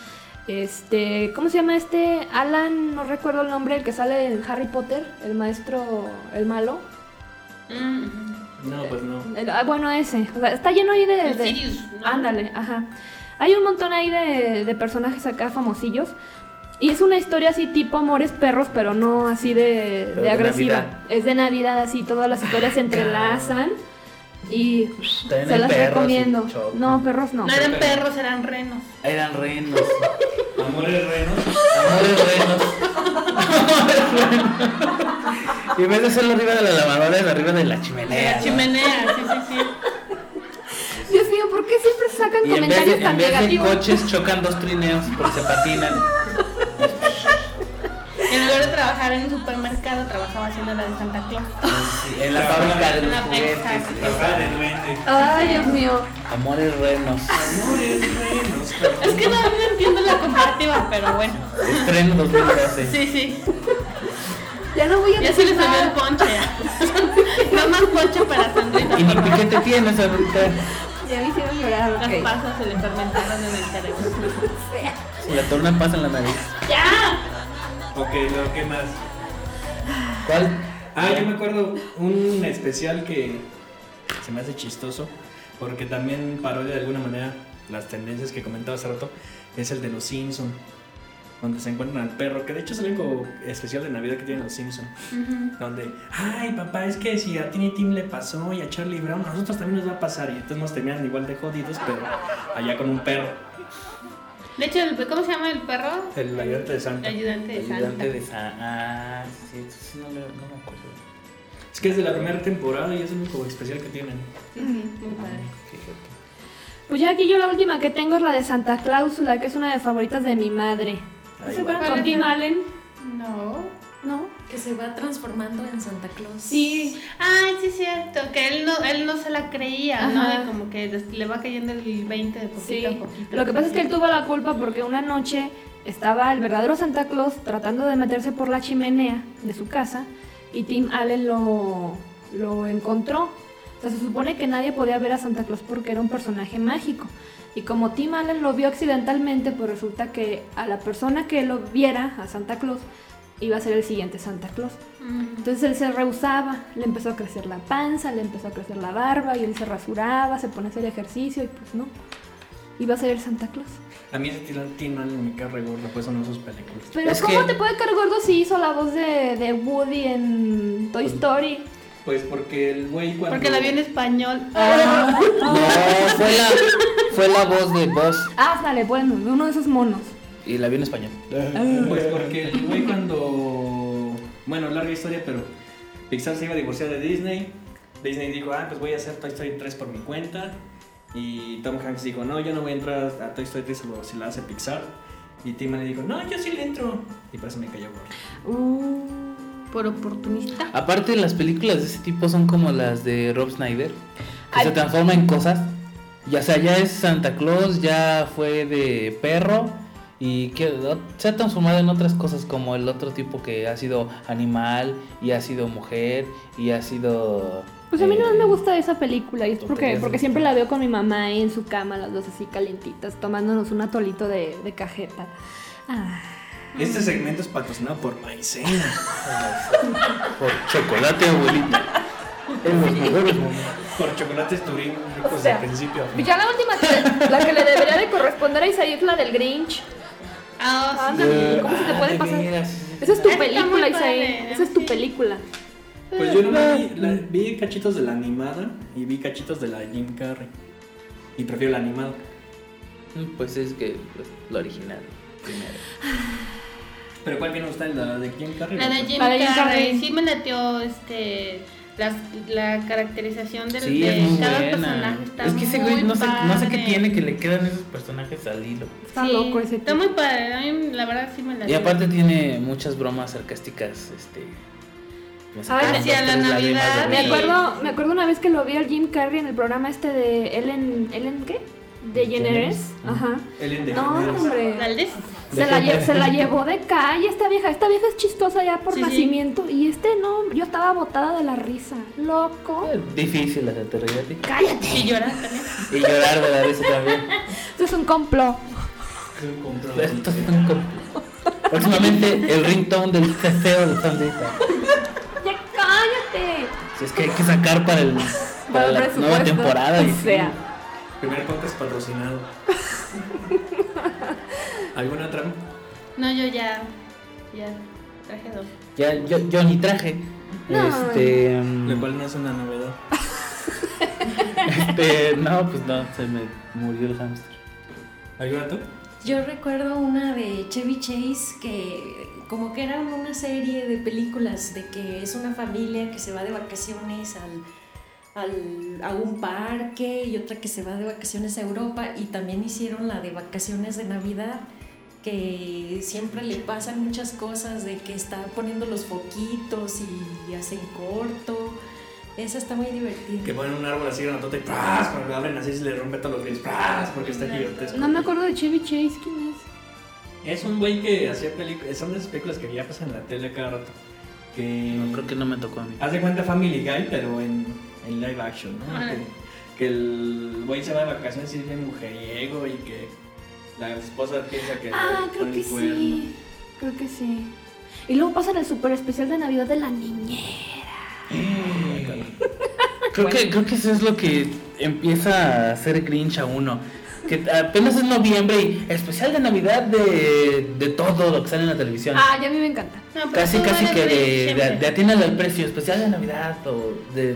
Speaker 1: este, ¿cómo se llama este? Alan, no recuerdo el nombre, el que sale en Harry Potter, el maestro, el malo.
Speaker 6: Mm,
Speaker 2: No, pues no.
Speaker 1: El- ah, bueno, ese. O sea, está lleno ahí de.
Speaker 6: El
Speaker 1: de-
Speaker 6: Sirius, ¿no?
Speaker 1: Ándale, ajá. Hay un montón ahí de, de personajes acá famosillos. Y es una historia así tipo amores perros, pero no así de, de
Speaker 5: de
Speaker 1: agresiva.
Speaker 5: Navidad. Ah,
Speaker 1: es de Navidad, así todas las historias se entrelazan. Y
Speaker 5: También
Speaker 1: se
Speaker 5: hay
Speaker 1: las
Speaker 5: perros y
Speaker 1: recomiendo.
Speaker 5: choco.
Speaker 1: No, perros no.
Speaker 6: No eran perros, eran renos.
Speaker 5: Eran renos.
Speaker 2: Amores renos.
Speaker 5: Amores renos. Amores renos. Y en vez de hacerlo arriba de la lavadora, es arriba de la chimenea.
Speaker 6: La
Speaker 5: ¿no?
Speaker 6: chimenea, sí, sí, sí.
Speaker 1: Dios mío, ¿por qué siempre sacan
Speaker 5: Y en vez,
Speaker 1: comentarios
Speaker 5: de, en
Speaker 1: tan
Speaker 5: vez de
Speaker 1: negativos?
Speaker 5: coches chocan dos trineos porque se patinan.
Speaker 6: En lugar de trabajar en un supermercado, trabajaba haciendo la de Santa Claus.
Speaker 5: En la fábrica de los
Speaker 6: Una
Speaker 5: juguetes.
Speaker 6: pizza.
Speaker 2: Papá de duende.
Speaker 1: Ay, Dios mío.
Speaker 5: Amores renos.
Speaker 2: Amores renos.
Speaker 6: Es que no, no entiendo la comparativa, pero bueno.
Speaker 5: Estreno 2012.
Speaker 6: Sí, sí.
Speaker 1: Ya no voy a
Speaker 6: Ya se
Speaker 1: decir
Speaker 6: les salió el
Speaker 1: nada.
Speaker 6: ponche. No más ponche para Sandrita.
Speaker 5: Y ni piquete tienes ahorita.
Speaker 1: Ya me hicieron llorar,
Speaker 6: Las
Speaker 1: ok.
Speaker 6: pasas se le fermentaron en el cerebro.
Speaker 5: Si la torna pasa en la nariz.
Speaker 2: Ok, no, ¿qué más?
Speaker 5: ¿Cuál?
Speaker 2: Ah, yo me acuerdo un especial que se me hace chistoso porque también parodia de alguna manera las tendencias que comentaba hace rato. Es el de los Simpson. donde se encuentran al perro, que de hecho es el único especial de Navidad que tienen los Simpsons. Donde, ay papá, es que si a Tiny Tim le pasó y a Charlie Brown, a nosotros también nos va a pasar. Y entonces nos terminan igual de jodidos, pero allá con un perro.
Speaker 6: De hecho, el- ¿cómo se llama el perro?
Speaker 2: El ayudante de Santa.
Speaker 6: ayudante de Santa.
Speaker 5: Ayudante de Sa- Ah, sí, sí, sí, no, me- no me acuerdo.
Speaker 2: Es que es de la primera temporada y es el único especial que tienen.
Speaker 6: Sí, sí, muy padre.
Speaker 5: Fíjate.
Speaker 1: Pues ya aquí yo la última que tengo es la de Santa Cláusula, que es una de las favoritas de mi madre. ¿No se acuerdan
Speaker 6: ¿Cuál
Speaker 1: con
Speaker 6: es?
Speaker 1: Tim Allen?
Speaker 6: No.
Speaker 1: ¿No?
Speaker 7: Que se va transformando en Santa Claus.
Speaker 1: Sí.
Speaker 6: Ay, sí es cierto, que él no, él no se la creía,
Speaker 1: Ajá.
Speaker 6: ¿no? Y como que des- le va cayendo el 20 de poquito a
Speaker 1: Sí.
Speaker 6: poquito.
Speaker 1: Lo que pasa es que él tuvo la culpa porque una noche estaba el verdadero Santa Claus tratando de meterse por la chimenea de su casa y Tim Allen lo, lo encontró. O sea, se supone que nadie podía ver a Santa Claus porque era un personaje mágico. Y como Tim Allen lo vio accidentalmente, pues resulta que a la persona que lo viera, a Santa Claus, iba a ser el siguiente Santa Claus.
Speaker 6: Mm.
Speaker 1: Entonces él se rehusaba, le empezó a crecer la panza, le empezó a crecer la barba y él se rasuraba, se ponía a hacer ejercicio y pues no. Iba a ser el Santa Claus.
Speaker 2: A mí ese tiene algo me cae re gordo, pues son esas películas.
Speaker 1: Pero
Speaker 5: Es
Speaker 1: ¿cómo
Speaker 5: que-
Speaker 1: te puede caer gordo si hizo la voz de, de Woody en Toy Story?
Speaker 2: Pues porque el güey cuando...
Speaker 6: Porque la vio en español. Ah.
Speaker 5: No, fue la, fue la voz de Buzz
Speaker 1: Ándale, bueno, de uno de esos monos.
Speaker 5: y la vi en español.
Speaker 2: Pues porque el güey cuando... Bueno, larga historia, pero Pixar se iba a divorciar de Disney. Disney dijo, ah, pues voy a hacer Toy Story 3 por mi cuenta. Y Tom Hanks dijo, no, yo no voy a entrar a Toy Story 3 solo si la hace Pixar. Y Tim Allen dijo, no, yo sí le entro. Y por eso me cayó gordo.
Speaker 1: Uh,
Speaker 6: Por oportunista.
Speaker 5: Aparte, las películas de ese tipo son como las de Rob Snyder, que
Speaker 1: Ay.
Speaker 5: se transforma en cosas. Ya sea, ya es Santa Claus, ya fue de perro y que se ha transformado en otras cosas como el otro tipo que ha sido animal y ha sido mujer y ha sido.
Speaker 1: pues a mí
Speaker 5: eh,
Speaker 1: no me gusta esa película y es porque,
Speaker 5: tonterías.
Speaker 1: porque siempre la veo con mi mamá ahí en su cama, las dos así calientitas, tomándonos un atolito de, de cajeta. Ah.
Speaker 2: Este segmento es patrocinado por Maicena.
Speaker 5: Por chocolate, abuelita. En los mejores momentos.
Speaker 2: por chocolates Turín, ricos
Speaker 1: sea,
Speaker 2: Pues, de principio a fin.
Speaker 1: Ya la última, que- la que le debería de corresponder a Isaí es la del Grinch.
Speaker 6: Ah, sí.
Speaker 1: Ándale, ¿cómo se te puede
Speaker 5: Ah, de
Speaker 1: pasar?
Speaker 5: veras.
Speaker 1: Esa es tu
Speaker 6: Está muy
Speaker 1: película, Isaí.
Speaker 6: padre,
Speaker 1: Esa es tu
Speaker 6: sí.
Speaker 1: película.
Speaker 2: Pues yo nomás vi, la- vi cachitos de la animada y vi cachitos de la de Jim Carrey. Y prefiero la animada.
Speaker 5: Pues es que pues, lo original. Primero.
Speaker 2: ¿Pero cuál viene usted? ¿La de Jim Carrey?
Speaker 6: La de Jim
Speaker 1: La de Jim
Speaker 6: Carrey.
Speaker 1: Carrey.
Speaker 6: Sí me latió este, las- la caracterización del- de,
Speaker 5: Sí, es muy
Speaker 6: cada
Speaker 5: buena.
Speaker 6: personaje. Está
Speaker 5: Es que ese güey
Speaker 6: muy
Speaker 5: no sé, no sé qué
Speaker 6: padre.
Speaker 5: tiene que le quedan esos personajes al hilo.
Speaker 1: Está
Speaker 6: Sí,
Speaker 1: loco ese
Speaker 6: Está
Speaker 1: tipo.
Speaker 6: muy padre. A mí, la verdad, sí me la
Speaker 5: Y aparte tiene muchas bromas sarcásticas, este. me sacaron
Speaker 1: Ay,
Speaker 5: dos,
Speaker 6: hacia la
Speaker 5: tres lágrimas
Speaker 6: Navidad,
Speaker 5: de
Speaker 1: Me
Speaker 5: risa.
Speaker 1: acuerdo, me acuerdo una vez que lo vi al Jim Carrey en el programa este de Ellen, ¿Ellen qué? De Jenneres. Ajá.
Speaker 2: Ellen
Speaker 1: No,
Speaker 2: DeGeneres.
Speaker 1: Ah, hombre.
Speaker 6: ¿Valdés?
Speaker 1: Se la, lle- se la llevó de calle esta vieja. Esta vieja es chistosa ya por
Speaker 6: Sí, sí.
Speaker 1: nacimiento. Y este no, yo estaba botada de la risa. Loco.
Speaker 5: Difícil hacerte reír a ti.
Speaker 1: Cállate.
Speaker 6: Y llorar también.
Speaker 5: Y llorar de la risa también.
Speaker 1: Esto es un complot.
Speaker 2: Es un compromiso.
Speaker 5: Esto es tan complicado. Próximamente el ringtone del cesteo de Sandita.
Speaker 1: Ya cállate.
Speaker 5: Si es que hay que sacar para, el, para la nueva temporada.
Speaker 1: O sea.
Speaker 2: Primer podcast patrocinado. ¿Alguna otra?
Speaker 6: No, yo ya. Ya traje dos.
Speaker 5: Ya, yo, yo ni traje.
Speaker 1: No.
Speaker 5: Este. mm,
Speaker 2: Lo cual no es una novedad.
Speaker 5: este, No, pues no, se me murió el hamster.
Speaker 2: ¿Alguna tú?
Speaker 7: Yo recuerdo una de Chevy Chase que como que era una serie de películas de que es una familia que se va de vacaciones al, al- a un parque y otra que se va de vacaciones a Europa y también hicieron la de vacaciones de Navidad que siempre le pasan muchas cosas de que está poniendo los foquitos y hacen corto. Esa está muy divertida.
Speaker 2: Que ponen un árbol así grandote y ¡pras! Cuando lo abren así se le rompe todos los pies ¡pras! Porque está gigantesco.
Speaker 1: No me acuerdo de Chevy Chase, ¿quién es?
Speaker 2: Es un güey que hacía películas. Son de esas películas que ya pasan en la tele cada rato. Que.
Speaker 5: No, creo que no me tocó a mí.
Speaker 2: Haz de cuenta Family Guy, pero en, en live action, ¿no?
Speaker 6: Ajá.
Speaker 2: Que, que el güey se va de vacaciones y es bien mujeriego y que la esposa piensa
Speaker 5: Eh,
Speaker 2: que.
Speaker 1: Ah,
Speaker 2: le
Speaker 1: creo
Speaker 2: pone
Speaker 1: que
Speaker 2: el cuerno.
Speaker 1: sí. Creo que sí. Y luego pasan el super especial de Navidad de la niñera.
Speaker 5: Ah, Creo, que, creo que eso es lo que empieza a hacer Grinch a uno. que apenas es noviembre y especial de Navidad de, de todo lo que sale en la televisión.
Speaker 1: Ah, ya a mí me encanta.
Speaker 6: No, pero
Speaker 5: casi,
Speaker 6: eso
Speaker 5: casi
Speaker 6: van a
Speaker 5: que
Speaker 6: ver
Speaker 5: de, de,
Speaker 6: siempre.
Speaker 5: de atiéndale al precio, especial de Navidad o de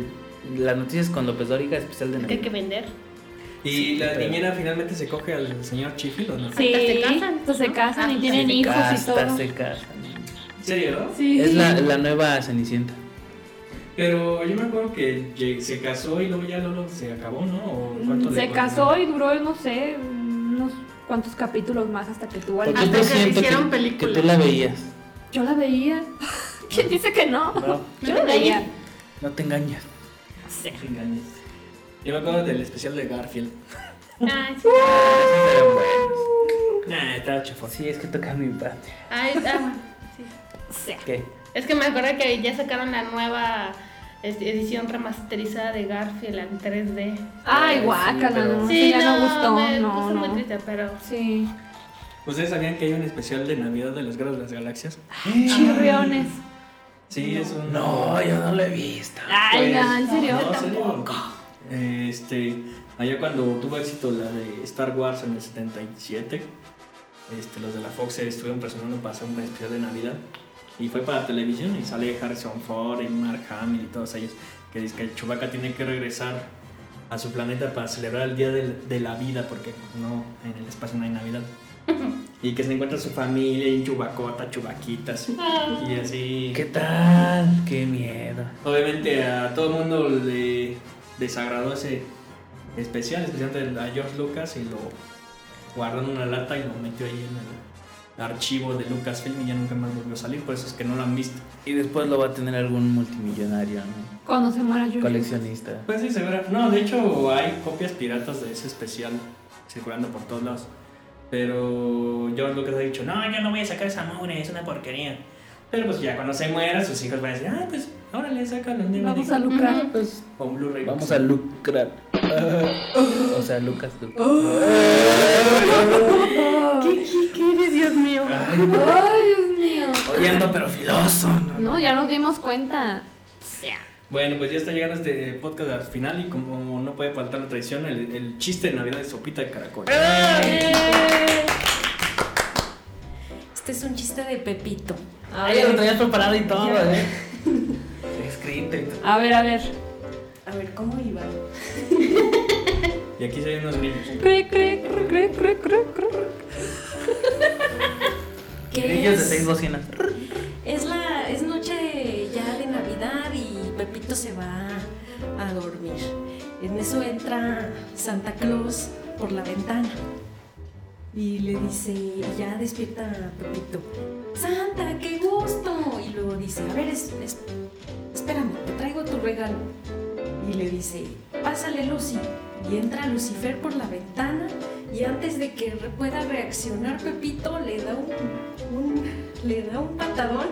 Speaker 5: las noticias con López Dóriga, especial de
Speaker 6: Que hay que
Speaker 5: Navidad.
Speaker 6: vender.
Speaker 9: ¿Y
Speaker 5: Sí,
Speaker 9: la
Speaker 5: pero-
Speaker 9: niñera finalmente se coge al señor Chifil o no?
Speaker 1: Sí,
Speaker 6: Hasta se casan,
Speaker 1: hasta se
Speaker 6: ¿no?
Speaker 1: casan y
Speaker 6: Ah,
Speaker 1: tienen
Speaker 5: Se
Speaker 1: hijos y
Speaker 5: casan,
Speaker 1: todo.
Speaker 5: se casan.
Speaker 2: ¿En serio, no?
Speaker 1: Sí.
Speaker 5: Es la, la nueva Cenicienta.
Speaker 2: Pero yo me acuerdo que lleg- se casó y luego ya Lolo se acabó, ¿no? ¿O cuánto le
Speaker 1: Mm, Se
Speaker 2: duró?
Speaker 1: casó y duró, no sé, unos cuantos capítulos más hasta que tuvo al
Speaker 5: Porque
Speaker 6: Hasta
Speaker 5: yo
Speaker 6: que
Speaker 5: siento
Speaker 6: hicieron
Speaker 5: que, que
Speaker 6: película.
Speaker 5: tú la veías.
Speaker 1: Yo la veía. ¿Quién dice que no?
Speaker 5: Ah. No,
Speaker 1: Yo la veía.
Speaker 5: no te engañes.
Speaker 2: Te engañes. Yo me acuerdo del especial de Garfield.
Speaker 6: Ay, Ah, sí.
Speaker 5: Pero bueno.
Speaker 2: Nah, estaba chafón.
Speaker 5: Sí, es que toca mi parte.
Speaker 6: Ay, ah, bueno, sí.
Speaker 5: ¿Qué?
Speaker 6: Es que me acuerdo que ya sacaron la nueva este, edición remasterizada de Garfield en 3D.
Speaker 1: Ay,
Speaker 5: Sí,
Speaker 1: guácala,
Speaker 5: pero-
Speaker 1: no, sí, ya no gustó.
Speaker 6: me
Speaker 1: no,
Speaker 6: puso muy
Speaker 1: no.
Speaker 6: triste, pero...
Speaker 1: Sí.
Speaker 2: ¿Ustedes sabían que hay un especial de Navidad de las Guerras de las Galaxias?
Speaker 1: Ah, Chirriones.
Speaker 2: Sí, es un... Pues,
Speaker 5: No, yo no la he visto.
Speaker 1: Ay, no, en serio.
Speaker 2: No, en serio. Eh, Este, allá cuando tuvo éxito la de Star Wars en el 77, este, los de la Fox se estuvieron presionando para hacer un especial de Navidad. Y fue para televisión y sale Harrison Ford y Mark Hamill y todos ellos. Que dice que Chewbacca tiene que regresar a su planeta para celebrar el Día del- de, la Vida porque pues, no, en el espacio no hay Navidad. Y que se encuentra su familia y chubacota, chubaquitas
Speaker 1: Ah.
Speaker 2: y así.
Speaker 5: ¿Qué tal? Qué miedo.
Speaker 2: Obviamente a todo el mundo le desagradó ese especial, especialmente a George Lucas y lo guardó en una lata y lo metió ahí en el archivo de Lucasfilm y ya nunca más volvió a salir, por eso es que no lo han visto.
Speaker 5: Y después lo va a tener algún multimillonario, ¿no?
Speaker 1: Cuando se muera yo.
Speaker 5: coleccionista.
Speaker 2: Pues sí, seguro. No, de hecho hay copias piratas de ese especial circulando por todos lados. Pero George Lucas ha dicho, no, yo no voy a sacar esa mugre, es una porquería. Pero pues ya cuando se muera, sus hijos van a decir, ah, pues ahora le sacan un DVD.
Speaker 1: Vamos a lucrar.
Speaker 5: Pues
Speaker 2: O un Blu-ray.
Speaker 5: vamos a lucrar. o sea, Lucas. Lucas.
Speaker 6: ¿Qué eres, Dios mío?
Speaker 1: Ay, Dios mío.
Speaker 5: Odiando pero filoso. ¿no?
Speaker 1: No, ya nos dimos cuenta.
Speaker 2: Bueno, pues ya está llegando este podcast al final y como no puede faltar la tradición, el, el chiste de Navidad de sopita de caracol.
Speaker 6: Eh.
Speaker 7: Este es un chiste de Pepito.
Speaker 5: Ay, ya lo tenías preparado y todo, ¿eh? Escrito y todo.
Speaker 1: A ver, a ver.
Speaker 7: A ver, ¿cómo iba?
Speaker 2: Y aquí se ven unos grillos.
Speaker 1: Cre, cre, cre, cre, cre, cre, cre.
Speaker 7: ¿Qué
Speaker 5: Grillos de seis
Speaker 7: es?
Speaker 5: bocinas.
Speaker 7: Es, la, es noche ya de Navidad y Pepito se va a dormir. En eso entra Santa Claus por la ventana y le dice, y ya despierta Pepito, Santa, qué gusto. Y luego dice, a ver, es- es- espérame, te traigo tu regalo. Y le dice, pásale Lucy. Y entra Lucifer por la ventana y antes de que re- pueda reaccionar Pepito le da un- un le da un patadón.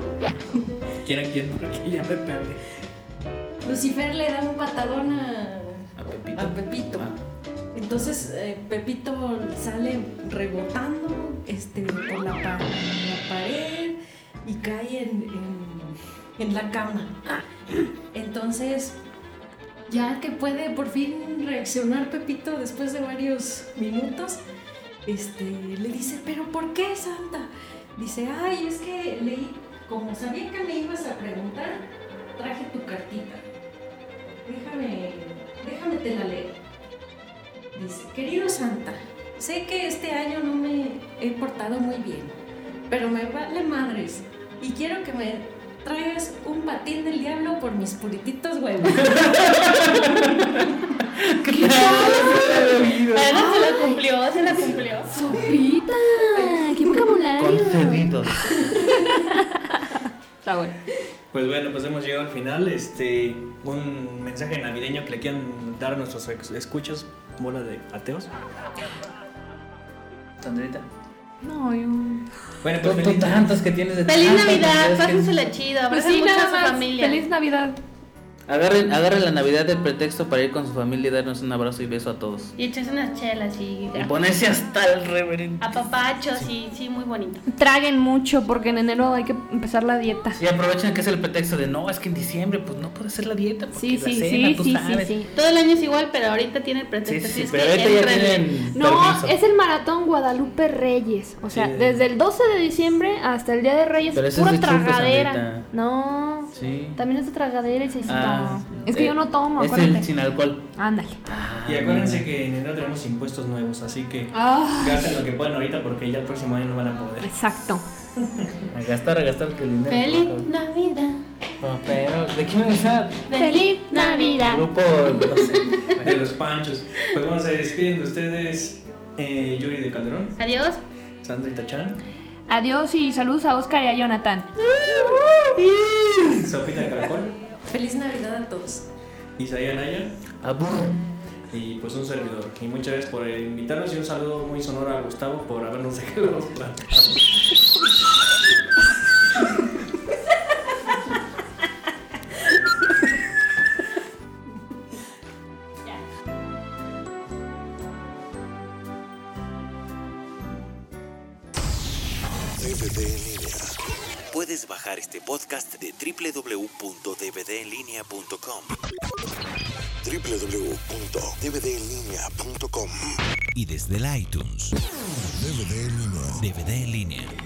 Speaker 2: ¿Quién a quién? Porque ya me perdí.
Speaker 7: Lucifer le da un patadón a,
Speaker 5: A Pepito. Ah,
Speaker 7: a Pepito. Entonces eh, Pepito sale rebotando este, por la, pa- la pared y cae en, en- en la cama. Entonces, ya que puede por fin reaccionar Pepito después de varios minutos, este, le dice, pero ¿por qué Santa? Dice, ay, es que leí, como sabía que me ibas a preguntar, traje tu cartita. Déjame, déjame te la leo. Dice, querido Santa, sé que este año no me he portado muy bien, pero me vale madres y quiero que me traigas un patín del diablo por mis purititos huevos.
Speaker 6: Pero se la cumplió, se la cumplió.
Speaker 1: Sopita. Qué vocabulario.
Speaker 5: Concebidos.
Speaker 1: Está bueno.
Speaker 2: Pues bueno, pues hemos llegado al final. Este, un mensaje navideño que le quieran dar a nuestros ex- escuchas, bola de ateos.
Speaker 5: Sandrita.
Speaker 1: No, yo.
Speaker 2: Bueno, pues
Speaker 5: Tú
Speaker 2: feliz
Speaker 5: tantas que tienes de
Speaker 6: ¡Feliz
Speaker 5: tantas
Speaker 6: Navidad!
Speaker 5: Navidades que-
Speaker 6: Pásensela chido,
Speaker 1: Pues
Speaker 6: abracen
Speaker 1: sí,
Speaker 6: mucho a
Speaker 1: nada
Speaker 6: su
Speaker 1: más.
Speaker 6: familia.
Speaker 1: Feliz Navidad.
Speaker 5: Agarren, agarren la Navidad del pretexto para ir con su familia y darnos un abrazo y beso a todos.
Speaker 6: Y echarse unas chelas y...
Speaker 5: Y ponerse hasta el reverendo.
Speaker 6: A papachos, sí, sí, muy bonito.
Speaker 1: Traguen mucho porque en enero hay que empezar la dieta.
Speaker 5: Y aprovechan que es el pretexto de no, es que en diciembre pues no puede hacer la dieta. Porque
Speaker 1: Sí,
Speaker 5: la
Speaker 1: sí,
Speaker 5: cena,
Speaker 1: sí,
Speaker 5: tú
Speaker 1: sí, sí,
Speaker 5: sabes.
Speaker 1: sí.
Speaker 6: Todo el año es igual, pero ahorita tiene el
Speaker 5: Sí,
Speaker 6: pretexto.
Speaker 5: sí,
Speaker 6: así es
Speaker 5: pero
Speaker 6: que
Speaker 5: ahorita ya
Speaker 6: entrenle.
Speaker 5: tienen
Speaker 1: No,
Speaker 5: permiso.
Speaker 1: es el maratón Guadalupe Reyes. O sea,
Speaker 9: Sí.
Speaker 1: desde el 12 de diciembre hasta el Día de Reyes,
Speaker 5: Pero ese
Speaker 1: pura
Speaker 5: es de churros
Speaker 1: tragadera.
Speaker 5: ahorita.
Speaker 1: No,
Speaker 5: Sí.
Speaker 1: también es de tragadera y se
Speaker 5: Ah,
Speaker 1: Es que
Speaker 5: eh,
Speaker 1: yo no tomo,
Speaker 5: Es
Speaker 1: acuérdate.
Speaker 5: el sin alcohol.
Speaker 1: Ándale.
Speaker 2: Y acuérdense que en enero tenemos impuestos nuevos, así que
Speaker 1: Ah,
Speaker 2: gasten lo que puedan ahorita porque ya el próximo año no van a poder.
Speaker 1: exacto.
Speaker 5: A Ah, gastar, a gastar que el dinero.
Speaker 6: Feliz Navidad,
Speaker 5: No, pero, ¿de quién es esa?
Speaker 6: feliz Navidad.
Speaker 5: Grupo, no sé.
Speaker 2: De los panchos. Pues vamos a despedir de ustedes, eh, Yuri de Calderón,
Speaker 6: Adiós.
Speaker 2: Sandrita Chan,
Speaker 1: Adiós y saludos a Oscar y a Jonathan.
Speaker 2: Sofía de Caracol,
Speaker 7: Feliz Navidad a todos.
Speaker 2: Isaías Naya
Speaker 5: Aburro.
Speaker 2: y pues un servidor. Y muchas gracias por invitarnos y un saludo muy sonoro a Gustavo por habernos dejado platicar.
Speaker 4: DVD en línea.
Speaker 3: Puedes bajar este podcast de www.dvdenlinea.com
Speaker 4: www.dvdenlinea.com
Speaker 3: y desde el iTunes.
Speaker 4: DVD en línea.
Speaker 3: DVD en línea.